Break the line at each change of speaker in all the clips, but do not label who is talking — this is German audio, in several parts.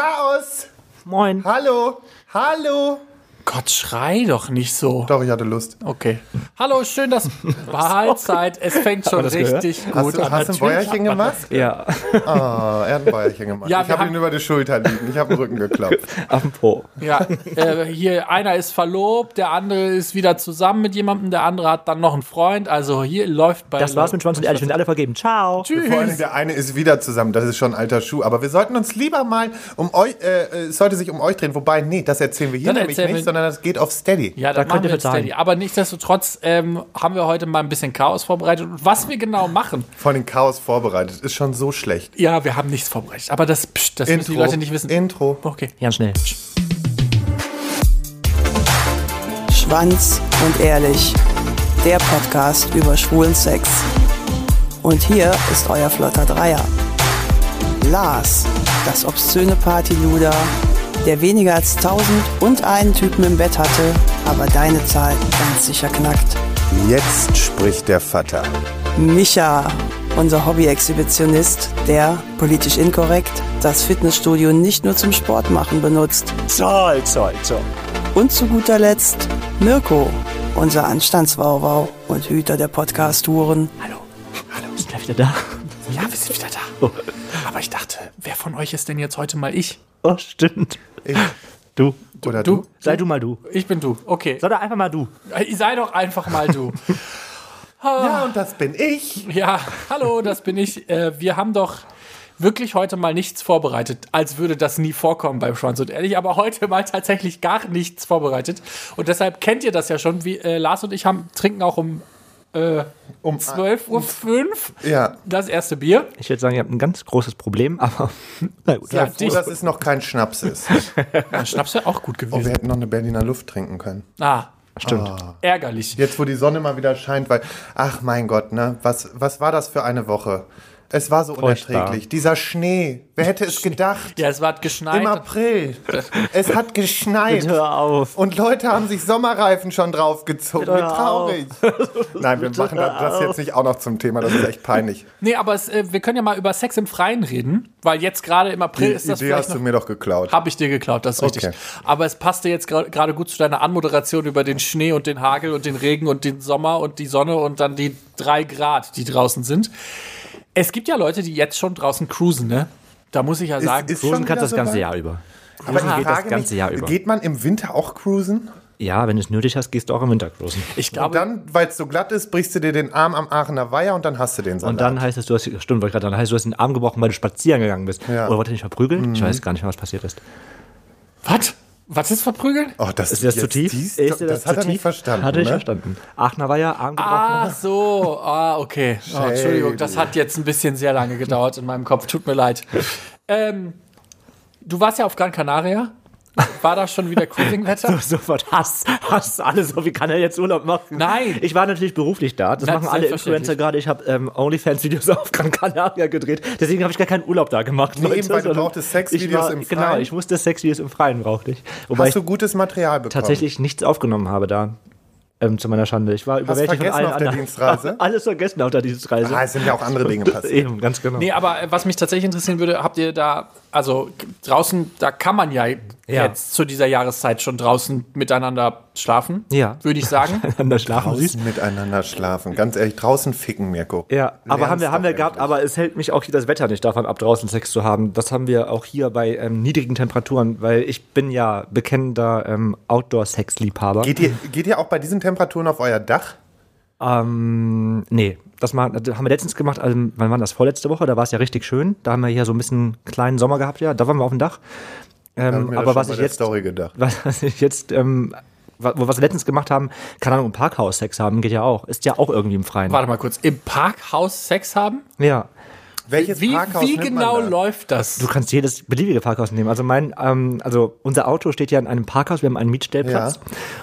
Chaos!
Moin.
Hallo! Hallo!
Gott, schrei doch nicht so.
Doch, ich hatte Lust.
Okay. Hallo, schön, dass Wahlzeit. Es fängt schon
das gehört?
richtig
Hast
gut
du,
an.
hast du ein Bäuerchen gemacht?
Ja,
Ah, er hat ein Bäuerchen gemacht.
Ja,
ich
wir
habe
haben-
ihn über die Schulter liegen. Ich habe den Rücken geklopft.
auf dem Po.
Ja, äh, hier einer ist verlobt, der andere ist wieder zusammen mit jemandem, der andere hat dann noch einen Freund. Also hier läuft bei
Das war's mit Schwanz und Ehrlich. Wir sind alle vergeben. Ciao.
Vor allem der eine ist wieder zusammen. Das ist schon ein alter Schuh. Aber wir sollten uns lieber mal um euch, äh, es sollte sich um euch drehen. Wobei, nee, das erzählen wir hier
Dann
nämlich
erzählen
nicht,
wir-
sondern das geht auf Steady.
Ja,
Da
da machen
könnt ihr
wir jetzt
verzeihen.
Steady. Aber nichtsdestotrotz ähm, haben wir heute mal ein bisschen Chaos vorbereitet. Und was wir genau machen,
Von dem Chaos vorbereitet. Ist schon so schlecht.
ja, wir haben nichts vorbereitet. Aber das, pst, das müssen die Leute nicht wissen.
Intro.
Okay.
Ganz schnell.
Schwanz und ehrlich. Der Podcast über schwulen Sex. Und hier ist euer flotter Dreier. Lars, das obszöne Partyluder, der weniger als 1000 und einen Typen im Bett hatte, aber deine Zahl ganz sicher knackt.
Jetzt spricht der Vater.
Micha, unser Hobby-Exhibitionist, der, politisch inkorrekt, das Fitnessstudio nicht nur zum Sport machen benutzt.
Zoll, Zoll, Zoll.
Und zu guter Letzt Mirko, unser Anstandswauwau und Hüter der Podcast-Touren.
Hallo. Hallo.
Ist gleich wieder da.
Ja, wir sind wieder da. Aber ich dachte, wer von euch ist denn jetzt heute mal ich?
Oh, stimmt.
Ich.
Du.
Oder
Du?
du?
Sei du mal du.
Ich bin du. Okay.
Sondern einfach mal du.
Äh, Sei doch einfach mal du. Ah.
Ja, und das bin ich.
Ja, hallo, das bin ich. Äh, wir haben doch wirklich heute mal nichts vorbereitet, als würde das nie vorkommen beim Schwanz und ehrlich, aber heute mal tatsächlich gar nichts vorbereitet. Und deshalb kennt ihr das ja schon. Wie, äh, Lars und ich haben, trinken auch um äh,
Um
12.05 Uhr
Ja.
das erste Bier.
Ich würde sagen, ihr habt ein ganz großes Problem, aber na gut.
Ja,
Ja,
froh,
dich.
dass es noch kein Schnaps ist.
Schnaps wäre auch gut
Oh, wir
gewesen.
hätten noch eine Berliner Luft trinken können.
ah,
Stimmt.
ärgerlich.
Jetzt, wo die Sonne mal wieder scheint, weil, ach mein Gott, ne, was, was war das für eine Woche? Es war so
Furchtbar.
unerträglich. Dieser Schnee, wer hätte es gedacht?
Ja, es war geschneit.
Im April. Es hat geschneit.
Hör auf.
Und Leute haben sich Sommerreifen schon draufgezogen. Wie
Bitte hör
traurig. Nein, wir machen das, das jetzt nicht auch noch zum Thema. Das ist echt peinlich.
Nee, aber es, äh, wir können ja mal über Sex im Freien reden, weil jetzt gerade im
Die
April ist das
Idee
vielleicht
hast
noch
du mir doch geklaut.
Habe ich dir geklaut, das ist richtig.
Okay.
Aber es passte jetzt gra- gerade gut zu deiner Anmoderation über den Schnee und den Hagel und den Regen und den Sommer und die Sonne und dann die drei Grad, die draußen sind. Es gibt ja Leute, die jetzt schon draußen cruisen, ne? Da muss ich ja sagen,
ist
Cruisen
schon
kannst du das
wieder
ganze
so weit?
Jahr über.
Aber
Cruisen
ich
geht das
frage
ganze
mich,
Jahr über.
Geht man im Winter auch cruisen?
Ja, wenn du es nötig hast, gehst du auch im Winter cruisen.
ich
Und
glaube,
dann, weil es so glatt ist, brichst du dir den Arm am Aachener Weiher und dann hast du den Salat.
Und dann heißt es, du hast, stimmt, wollte ich gerade sagen, heißt, du hast den Arm gebrochen, weil du spazieren gegangen bist.
Ja.
Oder wollte dich verprügeln? Ich weiß gar nicht mehr, was passiert ist.
was? Was ist verprügeln?
Oh, das
Ist dir das
jetzt
zu tief?
dies-
ist dir
das, hat
zu
er
tief?
nicht verstanden.
Hatte ich
ne?
verstanden. Aachener war ja Arm gebrochen.
Ah, so. Ah, okay. Oh, Entschuldigung, das hat jetzt ein bisschen sehr lange gedauert in meinem Kopf. Tut mir leid. Ähm, du warst ja auf Gran Canaria. War da schon wieder Cruising-Wetter?
Sofort Hass, Hass, alle so, wie kann er jetzt Urlaub machen?
Nein.
Ich war natürlich beruflich da, das
Na,
machen alle
selbstverständlich.
Influencer gerade. Ich habe ähm, Onlyfans-Videos auf Gran Canaria gedreht, deswegen habe ich gar keinen Urlaub da gemacht.
Nee, eben, weil du
sondern
brauchtest Sexvideos
ich war-
im Freien.
Genau, ich musste Sexvideos im Freien, brauchte ich. Wobei
Hast
ich
du gutes Material bekommen?
tatsächlich nichts aufgenommen habe da. Ähm, zu meiner Schande. Ich war überwältigt von
vergessen
allen
auf der
anderen.
Dienstreise?
Alles vergessen auf der Dienstreise.
Ah, es sind ja auch andere Dinge passiert.
Eben, ganz genau.
Nee, aber äh, was mich tatsächlich interessieren würde, habt ihr da, also k- draußen, da kann man ja, jetzt zu dieser Jahreszeit schon draußen miteinander schlafen.
Ja.
Würde ich sagen.
An der Schlafen siehst.
Draußen miteinander schlafen. Ganz ehrlich, draußen ficken, Mirko.
Ja, aber
Lern's
haben wir, haben wir
doch
gehabt,
endlich.
aber es hält mich auch das Wetter nicht davon ab, draußen Sex zu haben. Das haben wir auch hier bei ähm, niedrigen Temperaturen, weil ich bin ja bekennender ähm, Outdoor-Sex-Liebhaber.
Geht ihr, geht ihr auch bei diesen Temperaturen auf euer Dach?
Ähm, nee, das, mal, das haben wir letztens gemacht, also, wann war das? Vorletzte Woche, da war es ja richtig schön. Da haben wir hier so ein bisschen kleinen Sommer gehabt, ja, da waren wir auf dem Dach.
Hab
Ähm,
mir das
aber
schon
was
bei
ich
der
jetzt,
Story gedacht.
was ich jetzt, ähm, wa- wo- was wir letztens gemacht haben, keine Ahnung, im Parkhaus Sex haben, geht ja auch. Ist ja auch irgendwie im Freien.
Warte mal kurz. Im Parkhaus Sex haben?
Ja.
Welches
Wie,
Parkhaus
wie
nimmt
genau
man da?
läuft das?
Du kannst jedes beliebige Parkhaus nehmen. Also mein, ähm, also unser Auto steht ja in einem Parkhaus, wir haben einen Mietstellplatz.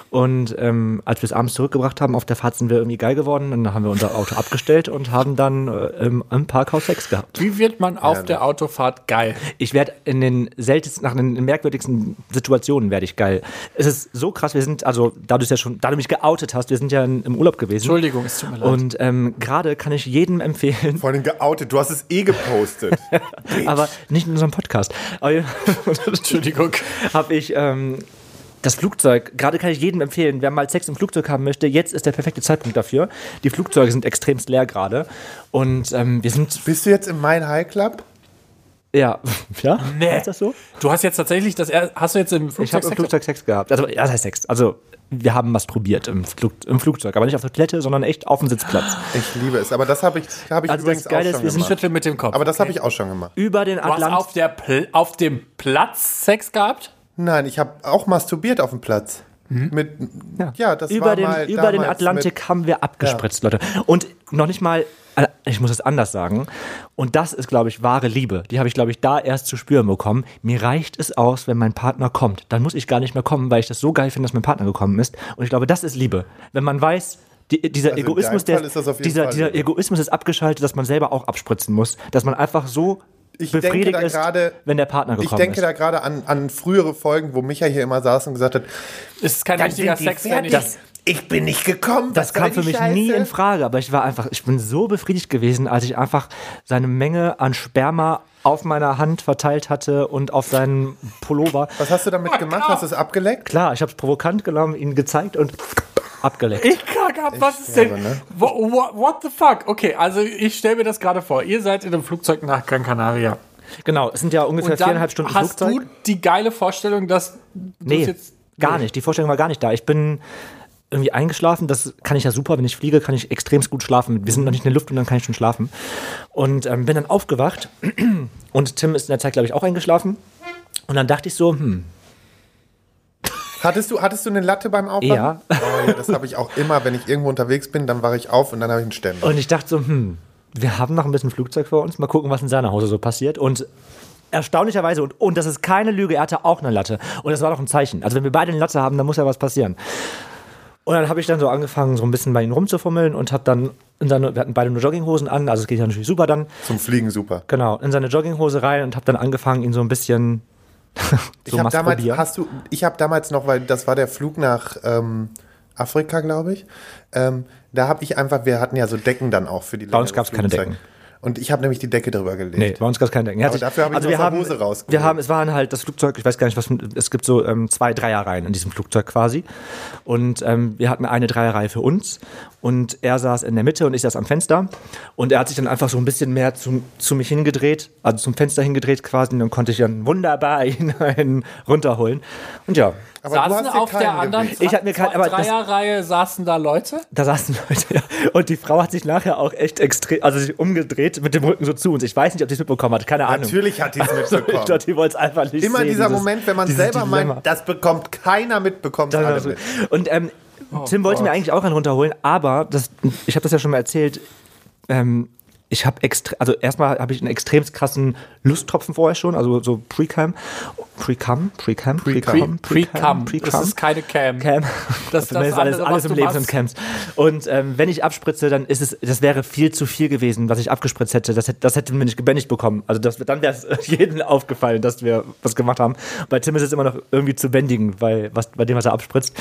Und ähm, als wir es abends zurückgebracht haben, auf der Fahrt sind wir irgendwie geil geworden. Und dann haben wir unser Auto abgestellt und haben dann äh, im, im Parkhaus Sex gehabt.
wie wird man auf der Autofahrt geil?
Ich werde in den seltensten, nach den merkwürdigsten Situationen werde ich geil. Es ist so krass, wir sind, also da du es ja schon, da du mich geoutet hast, wir sind ja in, im Urlaub gewesen.
Entschuldigung, es tut mir leid.
Und ähm, gerade kann ich jedem empfehlen,
Vor allem geoutet. Du hast es eh gepostet.
aber nicht in unserem Podcast.
Entschuldigung.
Habe ich ähm, das Flugzeug, gerade kann ich jedem empfehlen, wer mal Sex im Flugzeug haben möchte, jetzt ist der perfekte Zeitpunkt dafür. Die Flugzeuge sind extremst leer gerade. Und ähm, wir sind.
Bist du jetzt im Mein High Club?
Ja, ja?
Nee.
Ist das so?
Du hast jetzt tatsächlich das er- hast du jetzt im
Ich habe im
Flugzeug Sex-
Flugzeug Sex gehabt. Also, ja, das heißt Sex. Also, wir haben masturbiert im, Flug, im Flugzeug. Aber nicht auf der Toilette, sondern echt auf dem Sitzplatz.
Ich liebe es, aber das habe ich, habe ich
Also das
übrigens auch
Geile ist,
schon
wir sind
gemacht.
Schüttel mit dem Kopf.
Aber das habe ich auch schon gemacht.
Über den
du hast
Atlantik.
auf, der Pl- auf dem Platz Sex gehabt?
Nein, ich habe auch masturbiert auf dem Platz. Mit, ja. das
Mhm. über
war
den,
mal
über den
damals
Atlantik haben wir abgespritzt, Leute. Und noch nicht mal, äh, ich muss es anders sagen. Und das ist, glaube ich, wahre Liebe. Die habe ich, glaube ich, da erst zu spüren bekommen. Mir reicht es aus, wenn mein Partner kommt. Dann muss ich gar nicht mehr kommen, weil ich das so geil finde, dass mein Partner gekommen ist. Und ich glaube, das ist Liebe. Wenn man weiß, die, dieser
Also in
Egoismus,
deinem
der,
Fall ist das auf jeden
dieser,
Fall
dieser
Liebe.
Egoismus ist abgeschaltet, dass man selber auch abspritzen muss, dass man einfach so
Ich denke
befriedigt
da
ist,
gerade-
wenn der Partner
Mit,
gekommen
ich denke
ist.
da gerade an, an frühere Folgen, wo Micha hier immer saß und gesagt hat,
Es ist kein richtiger Sex, wenn ich
das, ich bin nicht gekommen.
Das
was soll
kam für
die
mich nie
Scheiße?
in Frage, aber ich war einfach, ich bin so befriedigt gewesen, als ich einfach seine Menge an Sperma auf meiner Hand verteilt hatte und auf seinen Pullover.
Was hast du
Oh
damit gemacht? Hast du es abgeleckt?
Klar, ich habe es provokant genommen, ihn gezeigt und abgeleckt.
Ich kack ab, was ist denn?
sterbe, ne?
What, what, what the fuck? Okay, also ich stelle mir das gerade vor. Ihr seid in einem Flugzeug nach Gran Canaria.
Genau, es sind ja ungefähr
Und dann
viereinhalb Stunden
hast
Flugzeug.
du die geile Vorstellung, dass du
Nee,
es jetzt
gar nicht. Die Vorstellung war gar nicht da. Ich bin irgendwie eingeschlafen. Das kann ich ja super. Wenn ich fliege, kann ich extremst gut schlafen. Wir sind noch nicht in der Luft und dann kann ich schon schlafen. Und ähm, bin dann aufgewacht. Und Tim ist in der Zeit, glaube ich, auch eingeschlafen. Und dann dachte ich so, hm,
Hattest du, hattest du eine Latte beim Aufwachen?
Ja.
Oh, ja das habe ich auch immer, wenn ich irgendwo unterwegs bin, dann wache ich auf und dann habe ich einen Ständer.
und ich dachte so, hm, wir haben noch ein bisschen Flugzeug vor uns. Mal gucken, was in seiner Hose so passiert. Und erstaunlicherweise, und, und das ist keine Lüge, er hatte auch eine Latte. Und das war doch ein Zeichen. Also wenn wir beide eine Latte haben, dann muss ja was passieren. Und dann habe ich dann so angefangen, so ein bisschen bei ihm rumzufummeln und habe dann, in seine, wir hatten beide nur Jogginghosen an, also es geht ja natürlich super dann,
Zum Fliegen super.
genau, in seine Jogginghose rein und habe dann angefangen, ihn so ein bisschen zu
ich habe damals,
masturbieren.
hast du, ich habe damals noch, weil das war der Flug nach ähm, Afrika, glaube ich. Ähm, da habe ich einfach, wir hatten ja so Decken dann auch für die
Bei uns
längeren
gab's keine
Flugzeiten.
Decken.
Und ich habe nämlich die Decke drüber gelegt.
Nee, bei uns gab es keinen Decken. Er hat
Aber
sich-
dafür habe ich
also wir
aus der
haben,
Hose rausgeholt.
Wir haben, es waren halt das Flugzeug, ich weiß gar nicht, was, es gibt so ähm, zwei Dreierreihen in diesem Flugzeug quasi. Und ähm, wir hatten eine Dreierreihe für uns und er saß in der Mitte und ich saß am Fenster. Und er hat sich dann einfach so ein bisschen mehr zu, zu mich hingedreht, also zum Fenster hingedreht quasi. Und dann konnte ich dann wunderbar ihn einen runterholen. Und ja,
Aber du
saßen
hast dir
auf der
keinen
anderen
gewählt.
Ich hab mir kein- aber das-
Dreierreihe saßen da Leute?
da saßen Leute. Und die Frau hat sich nachher auch echt extrem, also sich umgedreht mit dem Rücken so zu uns. Ich weiß nicht, ob sie es mitbekommen hat, keine Ahnung.
Natürlich hat die es
Ich
mitbekommen.
glaub, die wollte es einfach nicht
Immer
sehen,
dieser
dieses-
Moment, wenn man
dieses
selber
Dilemma.
meint, das bekommt keiner mitbekommt.
Das war
alle
so.
mit.
Und ähm,
Oh
Tim wollte mir eigentlich auch einen runterholen, aber das, ich habe das ja schon mal erzählt. Ähm, ich habe extra, also erstmal habe ich einen extrem krassen Lusttropfen vorher schon, also so Pre-Cam, Pre-Cam, Pre-Cam,
Pre-Cam.
Pre-Cam.
Pre-Cam.
Das ist keine Cam.
Cam.
Das-
Das,
das
ist alles,
andere, was
alles im
du
Leben
machst.
sind Cams. Und ähm, wenn ich abspritze, dann ist es, das wäre viel zu viel gewesen, was ich abgespritzt hätte. Das, hätte- das hätten wir nicht gebändigt bekommen. Also das, dann wäre es jedem aufgefallen, dass wir was gemacht haben. Bei Tim ist es immer noch irgendwie zu bändigen, weil, was, bei dem, was er abspritzt.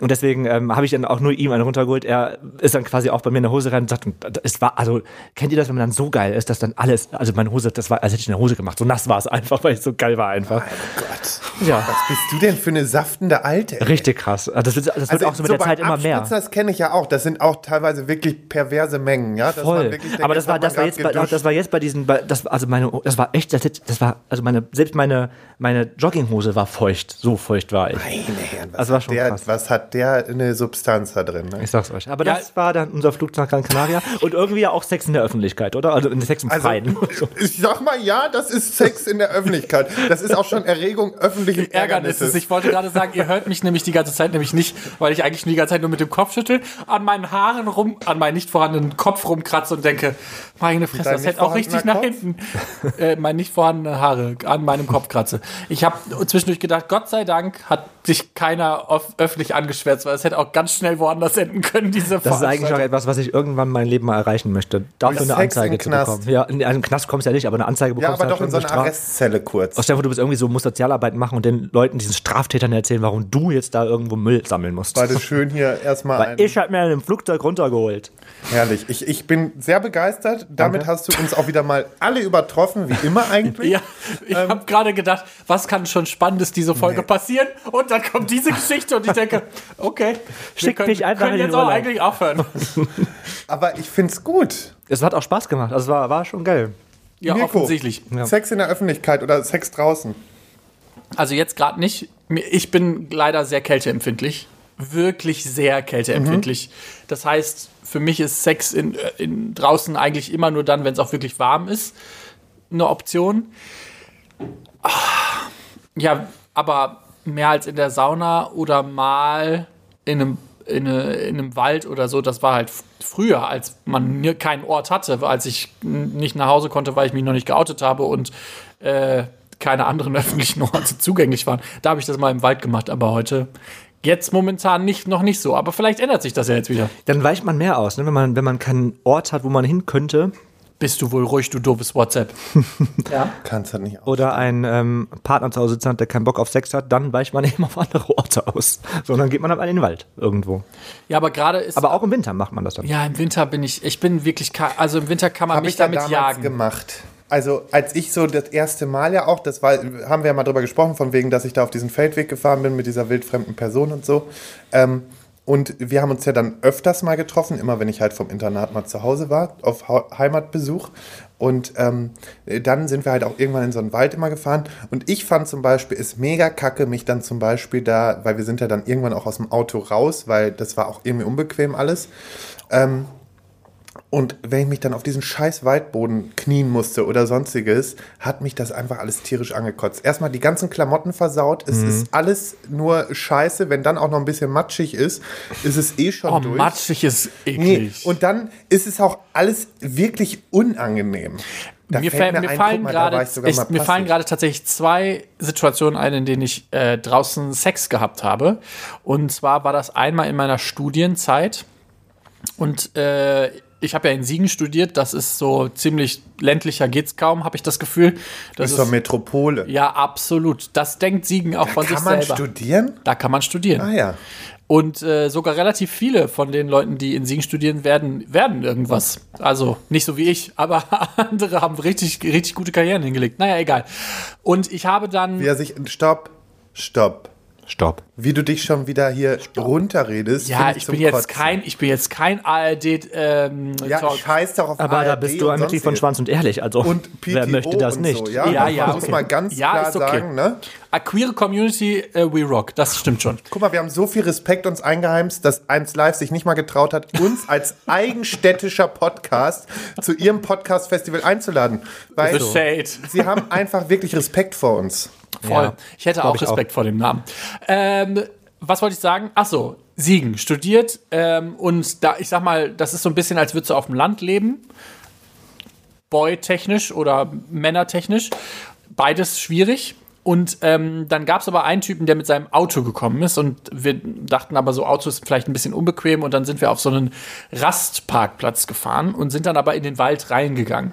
Und deswegen ähm, habe ich dann auch nur ihm einen runtergeholt. Er ist dann quasi auch bei mir in der Hose rein und sagt, und es war, also kennt ihr das, wenn man dann so geil ist, dass dann alles, also meine Hose, das war, als hätte ich eine Hose gemacht. So nass war es einfach, weil ich so geil war einfach.
Oh Gott.
Ja.
Was bist du denn für eine saftende Alte? ey?
Richtig krass. Also Das wird, das wird auch so mit der
beim
Zeit immer mehr.
Abspritzer, Das kenne ich ja auch. Das sind auch teilweise wirklich perverse Mengen. Ja? Dass man
Voll.
wirklich denkt,
Aber das
jetzt
war,
hat man
das war
grad
jetzt, bei,
geduscht.
das war jetzt bei diesen, bei, das, also meine, das war echt, das, jetzt- das war, also meine, selbst meine, meine Jogginghose war feucht. So feucht war ich.
Meine Herren, was,
Das war
hat
schon
der,
krass.
was hat der eine Substanz da drin? Ne?
Ich sag's euch. Aber
Ja.
das war dann unser Flug nach Gran Canaria und irgendwie ja auch Sex in der Öffentlichkeit, oder? Also in Sex im
äh,
Freien.
ich sag mal, ja, das ist Sex in der Öffentlichkeit. Das ist auch schon Erregung öffentlichen
Ärgernisses.
Ärgernisses.
Ich wollte gerade sagen, ihr hört mich nämlich die ganze Zeit nämlich nicht, weil ich eigentlich nur die ganze Zeit nur mit dem Kopf schüttel, an meinen Haaren rum, an meinen nicht vorhandenen Kopf rumkratze und denke, meine Fresse,
Dein
das
nicht
hätte auch richtig nach
vorhandener
hinten. äh, meine nicht vorhandenen Haare an meinem Kopf kratze. Ich habe zwischendurch gedacht, Gott sei Dank hat sich keiner off- öffentlich angeschwärzt, weil es hätte auch ganz schnell woanders enden können, diese
Das ist eigentlich auch etwas, was ich irgendwann mein Leben mal erreichen möchte. Dafür
Durch
eine
Sex im
Anzeige zu
Knast.
bekommen. Ja, in einen Knast kommst du ja nicht, aber eine Anzeige
ja,
bekommst
aber
du halt
doch in so
natürlich
einer
bestraft.
Arrestzelle kurz.
Stefan, du bist irgendwie so, musst da Sozialarbeit machen und den Leuten, diesen Straftätern erzählen, warum du jetzt da irgendwo Müll sammeln musst.
War das schön hier erstmal
Weil
ein-
ich hab mir einen im Flugzeug runtergeholt.
Herrlich. Ich, ich bin sehr begeistert. Damit hast du uns auch wieder mal alle übertroffen, wie immer eigentlich.
Ja, ich
Ähm,
habe gerade gedacht, was kann schon Spannendes diese Folge
Nee.
passieren? Und dann kommt diese Geschichte und ich denke, okay, wir
Schickt
können,
mich einfach
können
in den
jetzt auch
Urlaub.
eigentlich aufhören.
Aber ich find's gut.
Es hat auch Spaß gemacht. Also es war, war schon geil.
Ja,
Mirko,
offensichtlich.
Sex in der Öffentlichkeit oder Sex draußen.
Also jetzt gerade nicht. Mir- Ich bin leider sehr kälteempfindlich. Wirklich sehr kälteempfindlich. Das heißt, für mich ist Sex in, äh, in draußen eigentlich immer nur dann, wenn es auch wirklich warm ist, eine Option. Ah, Ja, aber mehr als in der Sauna oder mal in einem, in, eine, in einem Wald oder so. Das war halt f- früher, als man nie- keinen Ort hatte, als ich n- nicht nach Hause konnte, weil ich mich noch nicht geoutet habe und äh, keine anderen öffentlichen Orte zugänglich waren. Da habe ich das mal im Wald gemacht, aber heute jetzt momentan nicht, noch nicht so. Aber vielleicht ändert sich das ja jetzt wieder.
Dann weicht man mehr aus, ne? wenn, man, wenn man keinen Ort hat, wo man hin könnte.
Bist du wohl ruhig, du doofes WhatsApp. ja.
Kannst halt nicht auch.
Oder ein ähm, Partner zu Hause sitzen hat, der keinen Bock auf Sex hat, dann weicht man eben auf andere Orte aus. Sondern geht man halt in den Wald irgendwo.
ja, aber gerade ist.
Aber auch im Winter macht man das dann.
ja, im Winter bin ich, ich bin wirklich, ka- also im Winter kann man
Hab
mich
ich ja
damit
damals
jagen.
gemacht. Also als ich so das erste Mal ja auch, das war, haben wir ja mal drüber gesprochen, von wegen, dass ich da auf diesen Feldweg gefahren bin mit dieser wildfremden Person und so. Ähm, und wir haben uns ja dann öfters mal getroffen, immer wenn ich halt vom Internat mal zu Hause war, auf Hau- Heimatbesuch. Und ähm, dann sind wir halt auch irgendwann in so einen Wald immer gefahren. Und ich fand zum Beispiel, es mega kacke, mich dann zum Beispiel da, weil wir sind ja dann irgendwann auch aus dem Auto raus, weil das war auch irgendwie unbequem alles. Und wenn ich mich dann auf diesen scheiß Waldboden knien musste oder sonstiges, hat mich das einfach alles tierisch angekotzt. Erstmal die ganzen Klamotten versaut, es
Mhm.
ist alles nur scheiße, wenn dann auch noch ein bisschen matschig ist, ist es eh schon
Oh,
durch.
matschig ist
Nee,
eklig.
und dann ist es auch alles wirklich unangenehm. Da
mir,
fällt
fällt-
mir
mir
ein,
fallen
guck mal, da
gerade
war ich sogar
ich-
mal
mir fallen
passiv.
gerade tatsächlich zwei Situationen ein, in denen ich äh, draußen Sex gehabt habe. Und zwar war das einmal in meiner Studienzeit und äh, ich habe ja in Siegen studiert. Das ist so ziemlich ländlicher geht's kaum, habe ich das Gefühl. Das
Ist doch
ist,
Metropole.
ja absolut. Das denkt Siegen auch von sich
Kann man
selber.
studieren?
da kann man studieren.
Ah ja.
Und äh, sogar relativ viele von den Leuten, die in Siegen studieren werden, werden irgendwas. Also nicht so wie ich, aber andere haben richtig, richtig gute Karrieren hingelegt. Naja, egal. Und ich habe dann.
Wie er sich. Stopp, stopp.
Stopp.
Wie du dich schon wieder hier runterredest.
ja,
finde
ich
zum
bin,
Kotzen.
jetzt kein, ich bin jetzt kein ARD. Ähm,
Ja,
Talk-
scheiß doch auf
Aber da
ARD
bist du ein
Ah, und
Mitglied von
sonstiges.
Schwanz und Ehrlich. Also,
und PTO
wer möchte das
und
nicht?
So, ja, Also
Ja,
Man
ja,
muss
okay.
mal ganz
Ja,
klar
ist okay.
sagen. Ne?
A queere Community, äh, we rock. Das stimmt schon.
Guck mal, wir haben so viel Respekt uns eingeheimst, dass 1 Live sich nicht mal getraut hat, uns als eigenstädtischer Podcast zu ihrem Podcast-Festival einzuladen. Weil
The Shade.
sie haben einfach wirklich Respekt vor uns.
Voll.
Ja,
ich hätte auch
ich auch.
Respekt vor dem Namen. Ähm, was wollte ich sagen? Ach so, Siegen, studiert ähm, und da, ich sag mal, das ist so ein bisschen, als würdest du auf dem Land leben. Boy-technisch oder Männer-technisch. Beides schwierig. Und ähm, dann gab es aber einen Typen, der mit seinem Auto gekommen ist. Und wir dachten aber, so Auto ist vielleicht ein bisschen unbequem. Und dann sind wir auf so einen Rastparkplatz gefahren und sind dann aber in den Wald reingegangen.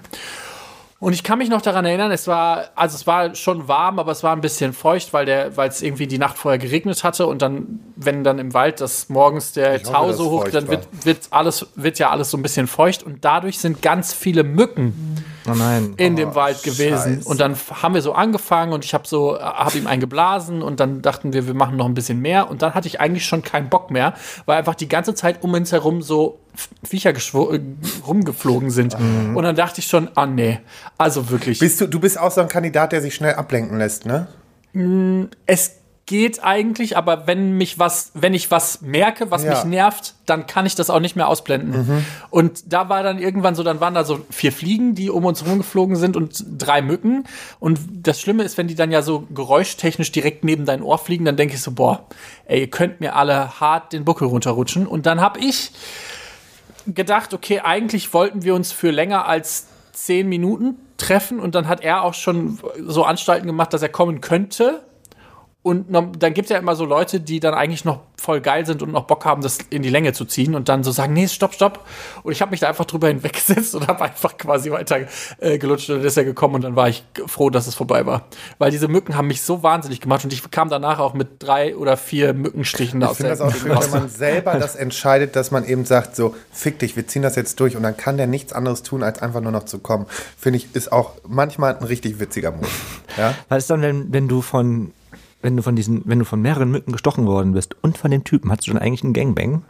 Und ich kann mich noch daran erinnern, es war, also es war schon warm, aber es war ein bisschen feucht, weil der, weil es irgendwie die Nacht vorher geregnet hatte und dann, wenn dann im Wald das morgens der
hoffe,
Tau
dass
so
es
hoch,
feucht
dann wird, wird alles, wird ja alles so ein bisschen feucht und dadurch sind ganz viele Mücken
Oh nein.
in dem Wald gewesen.
scheiße.
Und dann f- haben wir so angefangen und ich habe so, habe ihm einen geblasen und dann dachten wir, wir machen noch ein bisschen mehr. Und dann hatte ich eigentlich schon keinen Bock mehr, weil einfach die ganze Zeit um uns herum so F- Viecher geschwo- äh, rumgeflogen sind.
Mhm.
Und dann dachte ich schon, ah nee, also wirklich.
Bist du, du bist auch so ein Kandidat, der sich schnell ablenken lässt, ne?
es geht eigentlich, aber wenn mich was, wenn ich was merke, was
Ja.
mich nervt, dann kann ich das auch nicht mehr ausblenden. Und da war dann irgendwann so, dann waren da so vier Fliegen, die um uns rumgeflogen sind und drei Mücken. Und das Schlimme ist, wenn die dann ja so geräuschtechnisch direkt neben dein Ohr fliegen, dann denke ich so, boah, ey, ihr könnt mir alle hart den Buckel runterrutschen. Und dann hab ich gedacht, okay, eigentlich wollten wir uns für länger als zehn Minuten treffen und dann hat er auch schon so Anstalten gemacht, dass er kommen könnte. Und no- dann gibt es ja immer so Leute, die dann eigentlich noch voll geil sind und noch Bock haben, das in die Länge zu ziehen und dann so sagen, nee, stopp, stopp. Und ich habe mich da einfach drüber hinweggesetzt und habe einfach quasi weiter äh, gelutscht und dann ist er gekommen und dann war ich froh, dass es vorbei war. Weil diese Mücken haben mich so wahnsinnig gemacht und ich kam danach auch mit drei oder vier Mückenstichen
Ich finde das auch schön, wenn man selber das entscheidet, dass man eben sagt, so, fick dich, wir ziehen das jetzt durch und dann kann der nichts anderes tun, als einfach nur noch zu kommen. Finde ich, ist auch manchmal ein richtig witziger Move. Ja?
Was ist dann, wenn, wenn du von wenn du von diesen, wenn du von mehreren Mücken gestochen worden bist und von dem Typen, hast du dann eigentlich einen Gangbang?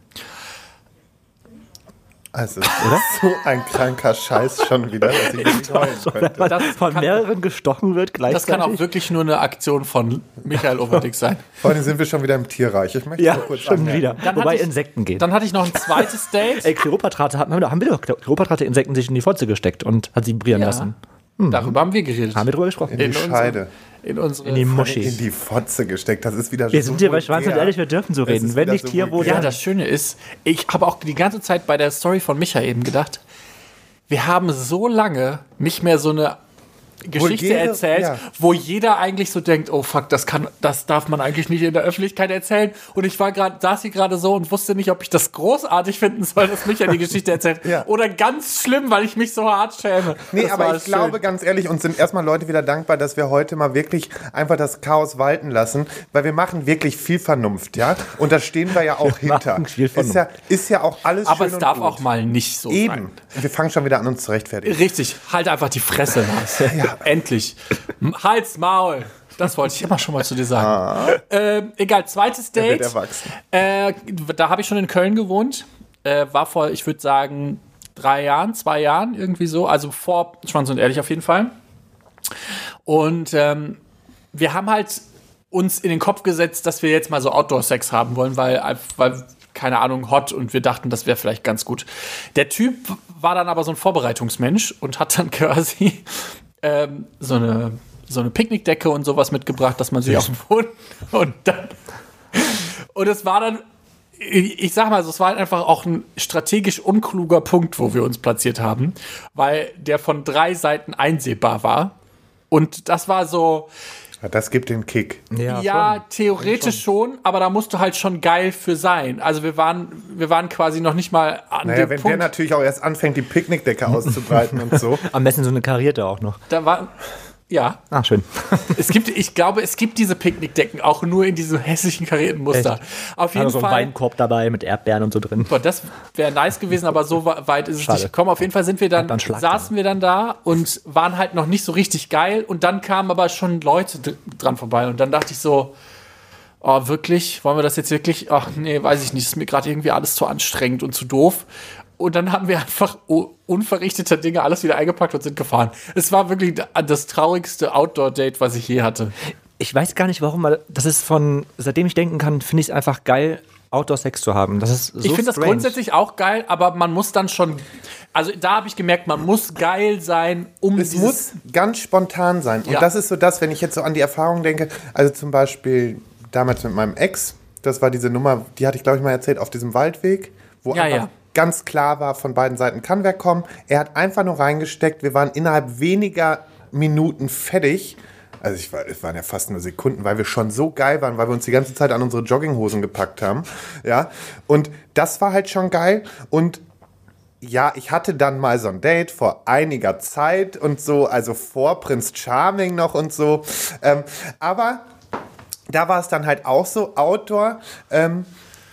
Also, das ist so ein kranker Scheiß schon wieder, dass ich nicht heulen könnte.
Weil von mehreren gestochen wird gleichzeitig.
Das kann auch wirklich nur eine Aktion von Michael Overdick sein.
Vor allem sind wir schon wieder im Tierreich. Ich möchte
ja,
nur kurz
schon
anmerken.
wieder.
Dann
Wobei
hatte ich-
Insekten geht.
Dann hatte ich noch ein zweites Date.
Ey, Kleopatra hat, haben wir doch- haben wir doch Kleopatra hat die Insekten sich in die Fotze gesteckt und hat sie vibrieren
Ja.
lassen.
Darüber haben wir geredet.
Haben wir drüber gesprochen?
In die
in unsere-
Scheide.
in unsere
In die Moschee.
In die Fotze gesteckt. Das ist wieder
Wir sind hier bei Schwanz und
vulgär.
Ehrlich, wir dürfen so
Das
reden.
ist
Wenn
wieder
nicht hier, wo
vulgär.
Ja, das Schöne ist, ich habe auch die ganze Zeit bei der Story von Micha eben gedacht, wir haben so lange nicht mehr so eine Geschichte
Vulgäre-
erzählt,
ja.
wo jeder eigentlich so denkt, oh fuck, das kann, das darf man eigentlich nicht in der Öffentlichkeit erzählen. Und ich war gerade, saß hier gerade so und wusste nicht, ob ich das großartig finden soll, dass Micha die Geschichte erzählt.
Ja.
Oder ganz schlimm, weil ich mich so hart schäme.
Nee,
Das war
aber ich
schön.
glaube ganz ehrlich, uns sind erstmal Leute wieder dankbar, dass wir heute mal wirklich einfach das Chaos walten lassen, weil wir machen wirklich viel Vernunft, ja? Und da stehen wir ja auch hinter.
machen viel
ist, ja, ist ja auch alles
aber
schön
es darf
und gut.
auch mal nicht so sein.
Eben. Wir fangen schon wieder an, uns zu rechtfertigen.
Richtig, halt einfach die Fresse, Lars. Endlich. M- Halt's Maul. Das wollte ich immer schon mal zu dir sagen. Ähm, egal, zweites
wird
Date.
erwachsen.
Äh, da habe ich schon in Köln gewohnt. Äh, war vor, ich würde sagen, drei Jahren, zwei Jahren, irgendwie so. Also vor Schwanz und Ehrlich auf jeden Fall. Und ähm, wir haben halt uns in den Kopf gesetzt, dass wir jetzt mal so Outdoor-Sex haben wollen, weil, weil, keine Ahnung, hot und wir dachten, das wäre vielleicht ganz gut. Der Typ war dann aber so ein Vorbereitungsmensch und hat dann quasi ähm, so eine, so eine Picknickdecke und sowas mitgebracht, dass man sich auf den Boden und dann. Und es war dann, ich ich sag mal so, es war halt einfach auch ein strategisch unkluger Punkt, wo wir uns platziert haben, weil der von drei Seiten einsehbar war. Und das war so,
Das gibt den Kick.
ja, theoretisch schon. aber da musst du halt schon geil für sein. Also wir waren, wir waren quasi noch nicht mal an
Naja,
dem
wenn der
Punkt.
natürlich auch erst anfängt, die Picknickdecke auszubreiten und so.
Am besten so eine karierte auch noch.
Da war, ja,
Ah, schön.
es gibt, ich glaube, es gibt diese Picknickdecken auch nur in diesem hässlichen karierten Muster. Auf jeden
Hat so einen
Fall.
Weinkorb dabei mit Erdbeeren und so drin.
Boah, das wäre nice gewesen, aber so wa- weit ist es
Schade.
nicht gekommen. Auf jeden Fall sind wir dann,
man Schlag
saßen wir dann da und waren halt noch nicht so richtig geil. Und dann kamen aber schon Leute dr- dran vorbei. Und dann dachte ich so, oh, wirklich? Wollen wir das jetzt wirklich? Ach nee, weiß ich nicht. Ist mir gerade irgendwie alles zu anstrengend und zu doof. Und dann haben wir einfach u- unverrichteter Dinge alles wieder eingepackt und sind gefahren. Es war wirklich d- das traurigste Outdoor-Date, was ich je hatte.
Ich weiß gar nicht warum, weil das ist von, seitdem ich denken kann, finde ich es einfach geil, Outdoor-Sex zu haben. Das ist so
ich finde das
strange.
grundsätzlich auch geil, aber man muss dann schon. Also da habe ich gemerkt, man muss geil sein, um
Es muss ganz spontan sein. Und
Ja.
das ist so das, wenn ich jetzt so an die Erfahrung denke. Also zum Beispiel damals mit meinem Ex, das war diese Nummer, die hatte ich, glaube ich, mal erzählt, auf diesem Waldweg, wo
Ja,
einfach
ja.
ganz klar war, von beiden Seiten kann wer kommen. Er hat einfach nur reingesteckt. Wir waren innerhalb weniger Minuten fertig. Also ich war, es waren ja fast nur Sekunden, weil wir schon so geil waren, weil wir uns die ganze Zeit an unsere Jogginghosen gepackt haben. Ja. Und das war halt schon geil. Und ja, ich hatte dann mal so ein Date vor einiger Zeit und so, also vor Prinz Charming noch und so. Ähm, aber da war es dann halt auch so Outdoor. Ähm,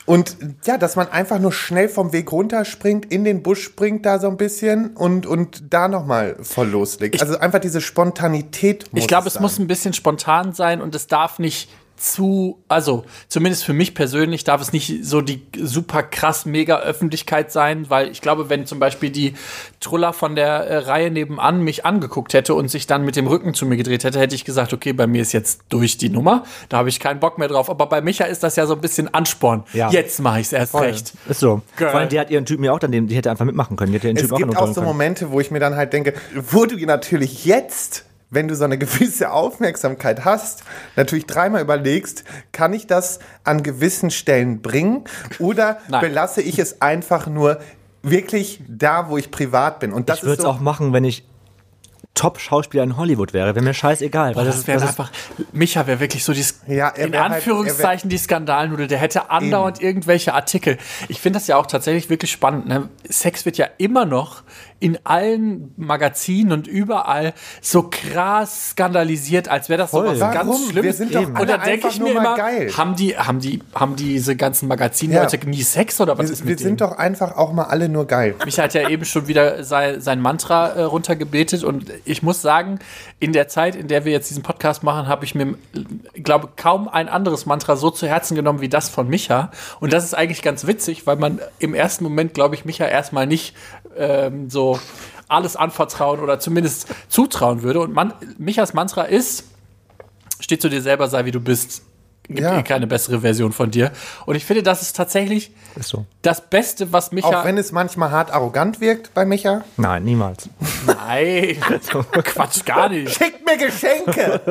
und ja, dass man einfach nur schnell vom Weg runterspringt, in den Busch springt da so ein bisschen und, und da nochmal voll loslegt. also einfach diese Spontanität muss
Ich glaube, es
sein.
muss ein bisschen spontan sein und es darf nicht zu, also zumindest für mich persönlich darf es nicht so die super krass mega Öffentlichkeit sein, weil ich glaube, wenn zum Beispiel die Truller von der äh, Reihe nebenan mich angeguckt hätte und sich dann mit dem Rücken zu mir gedreht hätte, hätte ich gesagt, okay, bei mir ist jetzt durch die Nummer, da habe ich keinen Bock mehr drauf. Aber bei Micha ist das ja so ein bisschen Ansporn.
Ja.
Jetzt mache ich es erst recht.
Ist so.
Geil.
Vor allem, die hat ihren Typen ja auch dann, den- die hätte einfach mitmachen können. Die hätte ihren
Es
Typen auch
gibt auch
anrufen
so
können.
Momente, wo ich mir dann halt denke, wo du natürlich jetzt, wenn du so eine gewisse Aufmerksamkeit hast, natürlich dreimal überlegst, kann ich das an gewissen Stellen bringen oder
Nein.
belasse ich es einfach nur wirklich da, wo ich privat bin. Und das
Ich würde
ist
es
so,
auch machen, wenn ich Top-Schauspieler in Hollywood wäre. Wäre mir scheißegal.
Weil das wäre einfach. Micha wäre wirklich so die, Sk-
Ja, er
in
wär halt-
Anführungszeichen die Skandalnudel. Der hätte andauernd irgendwelche Artikel. Ich finde das ja auch tatsächlich wirklich spannend. Ne? Sex wird ja immer noch in allen Magazinen und überall so krass skandalisiert, als wäre das so
Voll.
was
Warum?
ganz Schlimmes.
Wir sind doch
und
alle
da denke
einfach
ich
nur
mir
mal
immer,
geil.
haben die, haben die, haben diese ganzen Magazinleute
Ja.
nie Sex oder was
Wir,
ist
wir
mit denen?
sind doch einfach auch mal alle nur geil.
Mich hat ja eben schon wieder sein, sein Mantra äh, runtergebetet und ich muss sagen, in der Zeit, in der wir jetzt diesen Podcast machen, habe ich mir, äh, glaube kaum ein anderes Mantra so zu Herzen genommen wie das von Micha. Und das ist eigentlich ganz witzig, weil man im ersten Moment, glaube ich, Micha erstmal nicht ähm, so alles anvertrauen oder zumindest zutrauen würde. Und man, Michas Mantra ist, steh zu dir selber, sei wie du bist. Gibt
Ja.
eh keine bessere Version von dir. Und ich finde, das ist tatsächlich
Ist so.
das Beste, was Micha
Auch wenn es manchmal hart arrogant wirkt bei Micha.
Nein, niemals.
Nein, Quatsch, gar nicht.
Schickt mir Geschenke!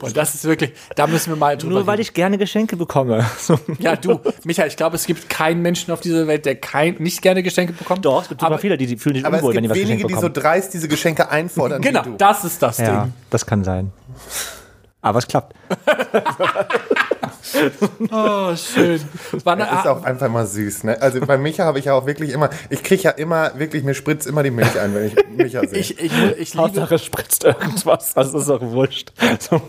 Und das ist wirklich, da müssen wir mal drüber
Nur weil
reden.
ich gerne Geschenke bekomme. So.
Ja, du, Michael, ich glaube, es gibt keinen Menschen auf dieser Welt, der kein, nicht gerne Geschenke bekommt.
Doch, es gibt
aber
super viele, die, die fühlen sich
Aber
unwohl,
es
wenn die
gibt
was
wenige,
geschenkt
die so
bekommen.
dreist diese Geschenke einfordern.
Genau,
wie du.
das ist das
ja,
Ding.
das kann sein. Aber es klappt.
Oh, schön. War ne- ah, eine,
Das ist auch einfach mal süß, ne? Also bei Micha habe ich ja auch wirklich immer, ich kriege ja immer, wirklich, mir spritzt immer die Milch ein, wenn ich Micha sehe.
ich, ich, ich liebe,
Hauptsache spritzt irgendwas. Das ist auch wurscht. So.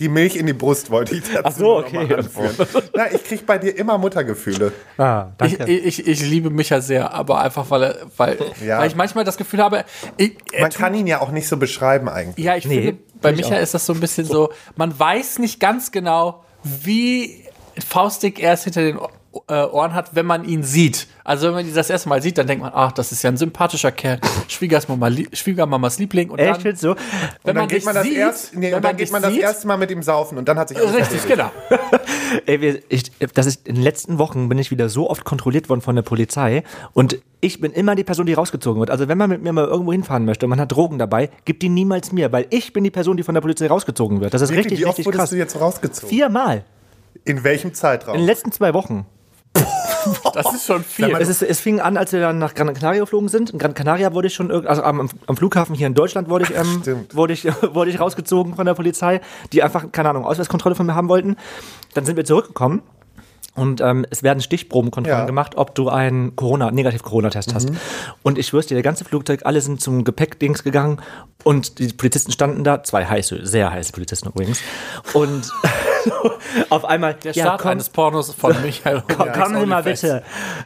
die Milch in die Brust wollte ich dazu
Ach so,
nur noch
okay.
mal anführen. Na, ich kriege bei dir immer Muttergefühle.
Ah,
ich,
danke.
ich, ich liebe Micha sehr, aber einfach, weil, er- weil,
Ja.
weil ich manchmal das Gefühl habe, ich, er
Man
tut
kann ihn ja auch nicht so beschreiben eigentlich.
Ja, ich
Nee,
finde, bei
find ich
Micha
auch.
ist das so ein bisschen so, man weiß nicht ganz genau, wie faustig er es hinter den Ohr- äh, Ohren hat, wenn man ihn sieht. Also wenn man ihn das erste Mal sieht, dann denkt man, ach, das ist ja ein sympathischer Kerl, Schwiegersmama, Lie- Schwiegermamas Liebling. Und
Echt
dann,
jetzt so?
wenn
Und dann
man dich
geht man das,
sieht,
erst, nee,
wenn
und dann
man
geht
dich
man das
sieht,
erste Mal mit ihm saufen und dann hat sich alles
Richtig,
erledigt.
genau.
Ey, Äh, wir, ich, das ist, in den letzten Wochen bin ich wieder so oft kontrolliert worden von der Polizei und ich bin immer die Person, die rausgezogen wird. Also wenn man mit mir mal irgendwo hinfahren möchte und man hat Drogen dabei, gibt die niemals mir, weil ich bin die Person, die von der Polizei rausgezogen wird. Das ist
Wirklich,
richtig,
Wie oft
richtig
wurdest
krass.
du jetzt rausgezogen?
Viermal
In welchem Zeitraum?
in den letzten zwei Wochen.
Das ist schon viel.
Es, ist, es fing an, als wir dann nach Gran Canaria geflogen sind. In Gran Canaria wurde ich schon, irg- also am, am Flughafen hier in Deutschland wurde ich, ähm,
Stimmt.
wurde, ich, wurde ich rausgezogen von der Polizei, die einfach, keine Ahnung, Ausweiskontrolle von mir haben wollten. Dann sind wir zurückgekommen. Und ähm, es werden Stichprobenkontrollen
Ja. Mhm.
gemacht, ob du einen Corona, Negativ-Corona-Test hast. Und ich schwör's dir, der ganze Flugzeug, alle sind zum Gepäckdings gegangen und die Polizisten standen da, zwei heiße, sehr heiße Polizisten übrigens. Und auf einmal,
Der Start eines Pornos von Michael.
Komm,
Hohenbergs
kommen Sie mal
Onlyfans.
bitte.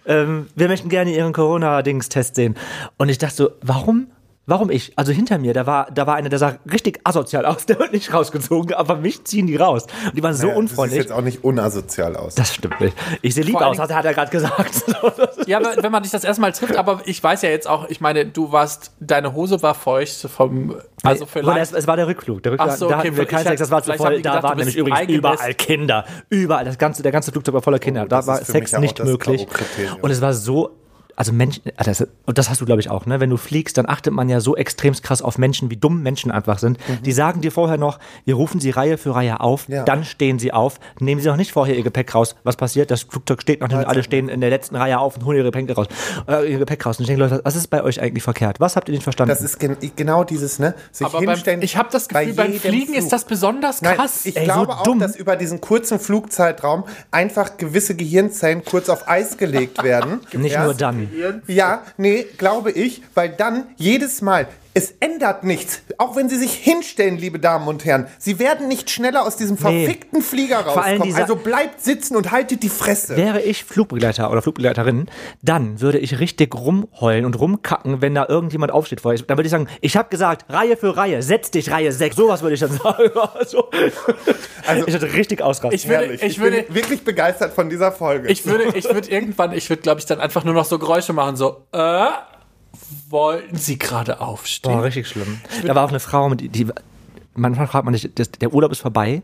Ähm, wir möchten gerne Ihren Corona-Dings-Test sehen. Und ich dachte so, warum? Warum ich? Also hinter mir, da war, da war einer, der sah richtig asozial aus, der wird nicht rausgezogen, aber mich ziehen die raus. Und die waren so
Ja, Du
unfreundlich.
siehst jetzt auch nicht unasozial aus.
Das stimmt nicht. Ich sehe lieb
Vor allen
aus, hat hat er gerade gesagt.
Ja, aber wenn man dich das erstmal trifft, aber ich weiß ja jetzt auch, ich meine, du warst, deine Hose war feucht vom, also
Oder es,
vielleicht.
es war der Rückflug. Der Rückflug
Ach so,
da
okay,
hatten wir
vielleicht-
keinen
ich hab-
Sex, das war zu
vielleicht haben
voll.
die
Da
gedacht, du
waren nämlich
bist
übrigens
eingemäß-
überall Kinder. Überall. Das ganze, der ganze Flugzeug war voller Kinder.
Oh, das
da war
ist für mich
Sex
ja auch
nicht
das
möglich.
K.O.-Kriterium.
Und es war so. Also Menschen, ah, das, und das hast du, glaube ich, auch, ne? Wenn du fliegst, dann achtet man ja so extrem krass auf Menschen, wie dumm Menschen einfach sind. Die sagen dir vorher noch, wir rufen sie Reihe für Reihe auf,
Mhm. Ja.
dann stehen sie auf, nehmen sie noch nicht vorher ihr Gepäck raus. Was passiert? Das Flugzeug steht noch nicht und alle stehen in der letzten Reihe auf und holen ihr Gepäck raus. Äh, ihr Gepäck raus. Und ich denke, Leute, was ist bei euch eigentlich verkehrt? Was habt ihr nicht verstanden?
Das ist gen genau dieses, ne? Sich
aber beim,
hinstellen.
ich habe das
bei
Gefühl, beim
jedem
Fliegen
Flug.
ist das besonders
Nein,
krass.
ich
Ey, so
glaube auch,
dumm.
dass über diesen kurzen Flugzeitraum einfach gewisse Gehirnzellen kurz auf Eis gelegt werden.
nicht
Erst-
nur dann.
Ja, nee, glaube ich, weil dann jedes Mal, es ändert nichts. Auch wenn sie sich hinstellen, liebe Damen und Herren, sie werden nicht schneller aus diesem
Nee.
verfickten Flieger
Vor allem
rauskommen.
dieser-
Also bleibt sitzen und haltet die Fresse.
Wäre ich Flugbegleiter oder Flugbegleiterin, dann würde ich richtig rumheulen und rumkacken, wenn da irgendjemand aufsteht vor euch. Dann würde ich sagen, ich habe gesagt, Reihe für Reihe, setz dich Reihe 6. Sowas würde ich dann sagen. Also,
Also,
ich würde richtig ausrasten.
Ich würde,
Herrlich.
ich würde,
bin wirklich begeistert von dieser Folge.
ich würde, ich würde irgendwann, ich würde, glaube ich, dann einfach nur noch so Geräusche machen, so, äh, wollten Sie gerade aufstehen?
Boah, richtig schlimm. Da war auch eine Frau, mit, die, die manchmal fragt man sich, das, der Urlaub ist vorbei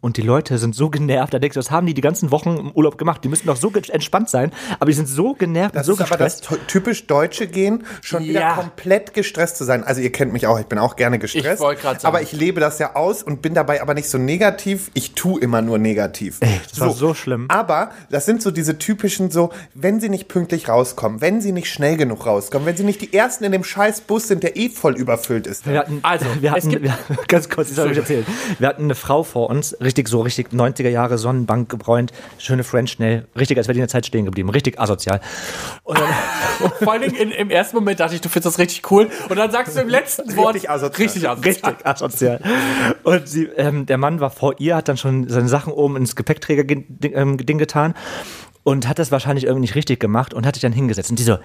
Und die Leute sind so genervt. Da denkst du, was haben die die ganzen Wochen im Urlaub gemacht? Die müssen doch so ge- entspannt sein. Aber die sind so genervt
Das
und so
ist aber das
gestresst.
to- typisch deutsche Gehen, schon wieder
Ja.
komplett gestresst zu sein. Also ihr kennt mich auch, ich bin auch gerne gestresst.
Ich wollte gerade sagen.
Aber ich lebe das ja aus und bin dabei aber nicht so negativ. Ich tue immer nur negativ.
das war so schlimm.
Aber das sind so diese typischen so, wenn sie nicht pünktlich rauskommen, wenn sie nicht schnell genug rauskommen, wenn sie nicht die Ersten in dem scheiß Bus sind, der eh voll überfüllt ist.
Wir hatten,
Also,
wir
es
hatten,
gibt-
wir, ganz kurz, ich soll euch erzählen. Wir hatten eine Frau vor uns, richtig so, richtig 90er Jahre Sonnenbank gebräunt, schöne French schnell, richtig, als wäre die in der Zeit stehen geblieben, richtig asozial.
Vor allen Dingen in, im ersten Moment dachte ich, du findest das richtig cool. Und dann sagst du im letzten Wort
Richtig asozial.
Richtig
Richtig
asozial.
asozial. Und sie, ähm, der Mann war vor ihr, hat dann schon seine Sachen oben ins Gepäckträger-Ding ähm, Ding getan und hat das wahrscheinlich irgendwie nicht richtig gemacht und hat sich dann hingesetzt. Und die so,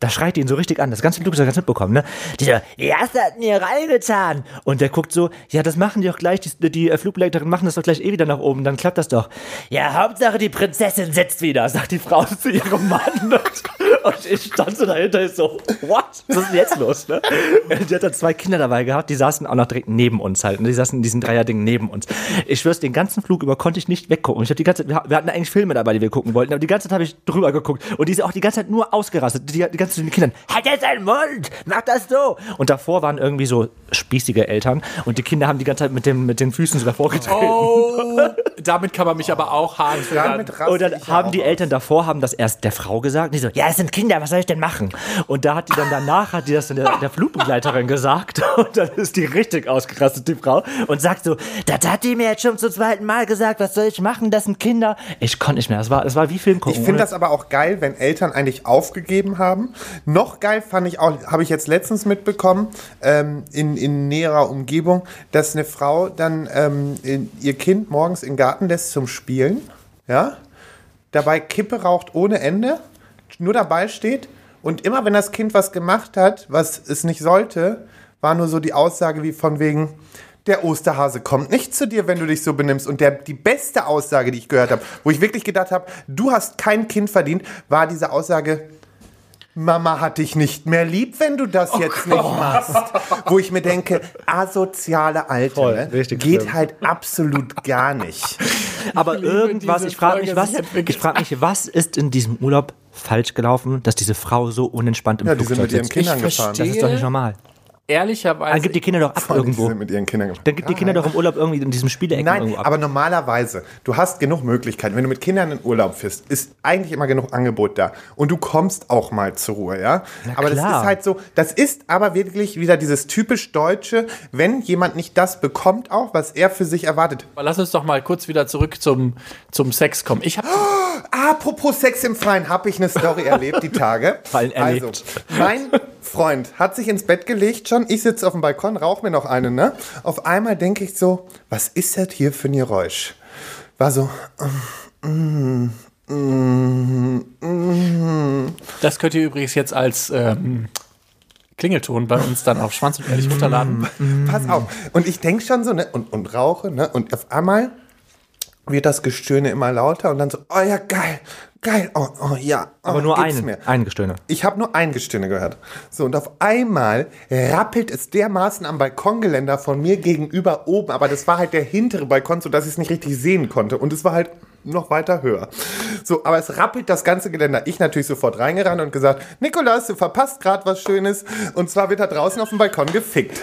da schreit die ihn so richtig an, das ganze Flug ist ja ganz mitbekommen, ne? Die so, ja, das hat mir reingetan. Und der guckt so, ja, das machen die doch gleich, die, die äh, Flugleiterin machen das doch gleich eh wieder nach oben, dann klappt das doch. Ja, Hauptsache die Prinzessin sitzt wieder, sagt die Frau zu ihrem Mann. Und, und ich stand so dahinter, ich so, what? Was ist denn jetzt los, ne? Und die hat dann zwei Kinder dabei gehabt, die saßen auch noch direkt neben uns halt. Und die saßen in diesen Dreierding neben uns. Ich schwör's, den ganzen Flug über konnte ich nicht weggucken. Ich hab die ganze Zeit, wir ha- wir hatten eigentlich Filme dabei, die wir gucken wollten, aber die ganze Zeit habe ich drüber geguckt. Und die ist auch die ganze Zeit nur ausgerastet. Die, die ganze Zeit mit den Kindern, halt jetzt einen Mund, mach das so. Und davor waren irgendwie so spießige Eltern. Und die Kinder haben die ganze Zeit mit, dem, mit den Füßen so davor getreten.
Oh, damit kann man mich aber auch hart
Damit raste
triggern.
Und Oh, dann
ich ja
haben
auch
die
aus.
Eltern davor haben das erst der Frau gesagt. Die so, ja, es sind Kinder, was soll ich denn machen? Und da hat die dann danach hat die das dann der, der Flugbegleiterin gesagt und dann ist die richtig ausgerastet die Frau und sagt so, das hat die mir jetzt schon zum zweiten Mal gesagt, was soll ich machen? Das sind Kinder. Ich konnte nicht mehr. Das war, das war wie Film gucken.
Ich finde
ohne-
das aber auch geil, wenn Eltern eigentlich aufgegeben haben. Noch geil fand ich auch, habe ich jetzt letztens mitbekommen, ähm, in, in näherer Umgebung, dass eine Frau dann ähm, in, ihr Kind morgens in den Garten lässt zum Spielen, ja, dabei Kippe raucht ohne Ende, nur dabei steht und immer wenn das Kind was gemacht hat, was es nicht sollte, war nur so die Aussage wie von wegen, der Osterhase kommt nicht zu dir, wenn du dich so benimmst. Und der, die beste Aussage, die ich gehört habe, wo ich wirklich gedacht habe, du hast kein Kind verdient, war diese Aussage, Mama hat dich nicht mehr lieb, wenn du
Oh
das jetzt nicht machst. Wo ich mir denke, asoziale Alte
Voll,
ne,
richtig
geht
schlimm.
halt absolut gar nicht.
Aber
liebe
irgendwas,
diese
ich frage mich,
Folge,
was,
sie entwickelt.
ich frage mich, was ist in diesem Urlaub falsch gelaufen, dass diese Frau so unentspannt im
Ja, die sind
Flugzeug
mit ihren
sitzt?
Kindern
Ich
gefahren.
Das ist doch nicht normal.
Ehrlicherweise.
Dann gibt die Kinder doch ab irgendwo.
Mit ihren Kindern gemacht.
Dann gibt die Kinder doch im Urlaub irgendwie in diesem Spielecken
Nein,
irgendwo ab.
aber normalerweise, du hast genug Möglichkeiten. Wenn du mit Kindern in Urlaub fährst, ist eigentlich immer genug Angebot da. Und du kommst auch mal zur Ruhe, ja? aber das
klar.
ist halt so, das ist aber wirklich wieder dieses typisch Deutsche, wenn jemand nicht das bekommt, auch was er für sich erwartet.
Aber lass uns doch mal kurz wieder zurück zum, zum Sex kommen. Ich habe
Apropos Sex im Freien, habe ich eine Story erlebt die Tage.
Vor allem erlebt.
Also, mein Freund hat sich ins Bett gelegt schon. Ich sitze auf dem Balkon, rauche mir noch eine, ne? Auf einmal denke ich so, was ist das hier für ein Geräusch? War so,
Das könnt ihr übrigens jetzt als ähm, Klingelton bei uns dann auf Schwanz und Ehrlich
Mm.
runterladen.
Pass auf.
Mhm.
Und ich denke schon so, ne, und, und rauche, ne, und auf einmal wird das Gestöhne immer lauter und dann so, oh ja, geil, geil, oh, oh ja. Oh,
Aber nur
gib's
einen,
mir.
einen Gestöhne.
Ich habe nur ein Gestöhne gehört. So, und auf einmal rappelt es dermaßen am Balkongeländer von mir gegenüber oben. Aber das war halt der hintere Balkon, sodass ich es nicht richtig sehen konnte. Und es war halt noch weiter höher. So, aber es rappelt das ganze Geländer. Ich natürlich sofort reingerannt und gesagt, Nikolas, du verpasst gerade was Schönes. Und zwar wird da draußen auf dem Balkon gefickt.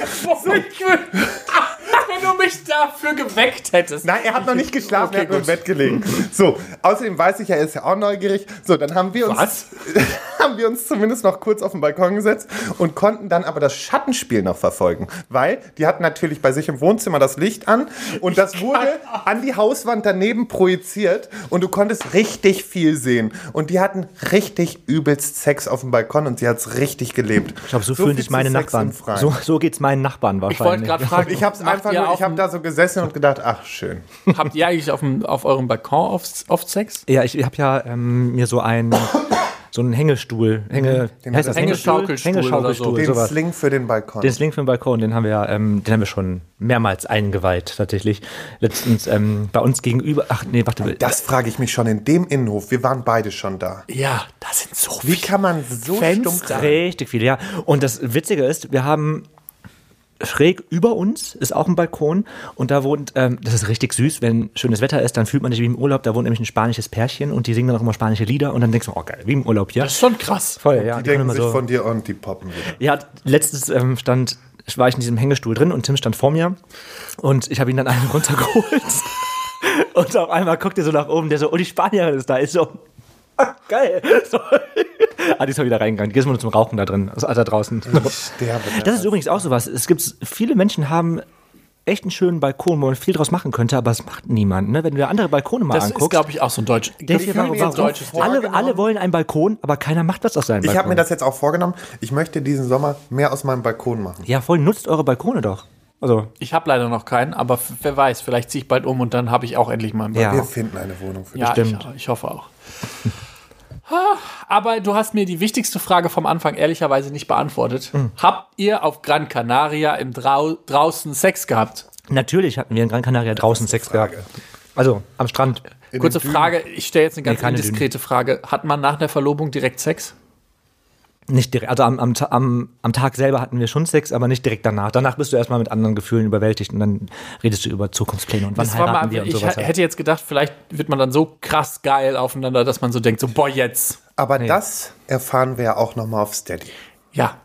Wenn du mich dafür geweckt hättest.
Nein, er hat noch nicht geschlafen,
Okay,
er hat nur im
gut.
Bett gelegen. So, außerdem weiß ich ja, er ist ja auch neugierig. So, dann haben wir uns,
Was?
haben wir uns zumindest noch kurz auf den Balkon gesetzt und konnten dann aber das Schattenspiel noch verfolgen, weil die hatten natürlich bei sich im Wohnzimmer das Licht an und das wurde an die Hauswand daneben projiziert und du konntest richtig viel sehen und die hatten richtig übelst Sex auf dem Balkon und sie hat's richtig gelebt.
Ich glaube, so, fühlen sich meine Nachbarn. So, so geht es meinen Nachbarn
Ich
wahrscheinlich.
wollte gerade fragen,
ich hab's
macht
einfach
ihr
nur,
auf
ich hab
dem-
da so gesessen und gedacht, ach schön.
habt ihr eigentlich auf, dem, auf eurem Balkon oft, oft Sex?
ja, ich habe ja ähm, mir so einen, so einen Hängestuhl. Hänge, wie heißt das?
Hängeschaukelstuhl
Hängeschaukelstuhl,
Den
sowas.
Sling für den Balkon.
Den Sling für den Balkon, den haben wir ja, ähm, den haben wir schon mehrmals eingeweiht, tatsächlich. Letztens ähm, bei uns gegenüber. Ach nee, warte mal.
Das frage ich mich schon in dem Innenhof. Wir waren beide schon da.
Ja, da sind so
Wie kann man so stumpf
Richtig viele, ja. Und das Witzige ist, wir haben schräg über uns ist auch ein Balkon und da wohnt, ähm, das ist richtig süß, wenn schönes Wetter ist, dann fühlt man sich wie im Urlaub, da wohnt nämlich ein spanisches Pärchen und die singen dann auch immer spanische Lieder und dann denkst du, oh geil, wie im Urlaub hier.
Das ist schon krass.
Voll, ja.
die
die kommen
denken
immer
sich
so-
von dir und die poppen wieder.
ja, letztens ähm, stand, war ich in diesem Hängestuhl drin und Tim stand vor mir und ich habe ihn dann einen runtergeholt. und auf einmal guckt er so nach oben, der so, oh, die Spanierin ist da, ist so. ah, Geil. So. Ah, die ist mal wieder reingegangen. Die ist mal zum Rauchen da drin, also da draußen.
Sterbe.
Das ist übrigens auch sowas. Es gibt viele Menschen haben echt einen schönen Balkon, wo man viel draus machen könnte, aber es macht niemand. Ne? Wenn du dir andere Balkone mal
Das ist,
anguckst,
glaube ich, auch so ein Deutsch.
denkst du dir,
fühlen
warum,
jetzt
warum?
Deutsches Thema
Alle,
genommen.
alle wollen einen Balkon, aber keiner macht was aus seinem Balkon.
Ich habe mir das jetzt auch vorgenommen. Ich möchte diesen Sommer mehr aus meinem Balkon machen.
ja, voll nutzt eure Balkone doch. Also
Ich habe leider noch keinen, aber f- wer weiß, vielleicht ziehe ich bald um und dann habe ich auch endlich mal einen
Ja.
Wir finden eine Wohnung für dich.
Ja, ich,
Bestimmt.
ich hoffe auch. Ha, Aber du hast mir die wichtigste Frage vom Anfang ehrlicherweise nicht beantwortet.
Hm.
Habt ihr auf Gran Canaria im Drau draußen Sex gehabt?
Natürlich hatten wir in Gran Canaria draußen Sex gehabt. Also am Strand.
In
Kurze
den Dünen.
Frage, ich stelle jetzt eine ganz
Nee, keine
indiskrete Frage. Hat man nach der Verlobung direkt Sex?
Nicht direkt, also am, am, Ta- am, am Tag selber hatten wir schon Sex, aber nicht direkt danach. Danach bist du erstmal mit anderen Gefühlen überwältigt und dann redest du über Zukunftspläne und wann
Das war
heiraten
mal,
wir und
ich
sowas. halt.
h- hätte jetzt gedacht, vielleicht wird man dann so krass geil aufeinander, dass man so denkt, so boah jetzt.
Aber das erfahren wir ja auch nochmal auf Steady.
Ja,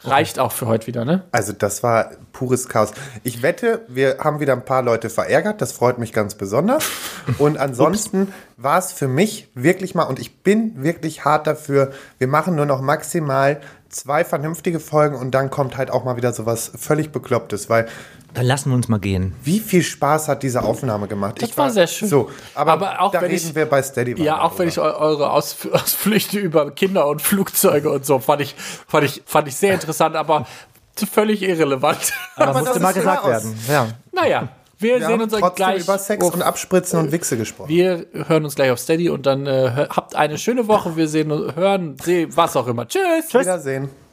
reicht auch für heute wieder, ne?
Also das war pures Chaos. Ich wette, wir haben wieder ein paar Leute verärgert. Das freut mich ganz besonders. Und ansonsten war es für mich wirklich mal, und ich bin wirklich hart dafür, wir machen nur noch maximal zwei vernünftige Folgen und dann kommt halt auch mal wieder sowas völlig Beklopptes, weil
Dann lassen wir uns mal gehen.
wie viel Spaß hat diese Aufnahme gemacht?
Das war sehr schön.
So, aber,
Aber auch
da
wenn
reden
ich-
wir bei Steady
Ja, auch wenn ich oh, eu- eure Ausf Ausflüchte über Kinder und Flugzeuge und so fand ich, fand ich, fand ich sehr interessant, aber völlig irrelevant.
Aber,
Aber das
musste mal
ist
gesagt
Chaos.
werden. Ja.
naja, wir,
wir
sehen
haben
uns
trotzdem
gleich.
über Sex und Abspritzen und Wichse gesprochen.
wir hören uns gleich auf Steady und dann äh, hö- habt eine schöne Woche. Wir sehen, hören, sehen, was auch immer. Tschüss.
Wiedersehen.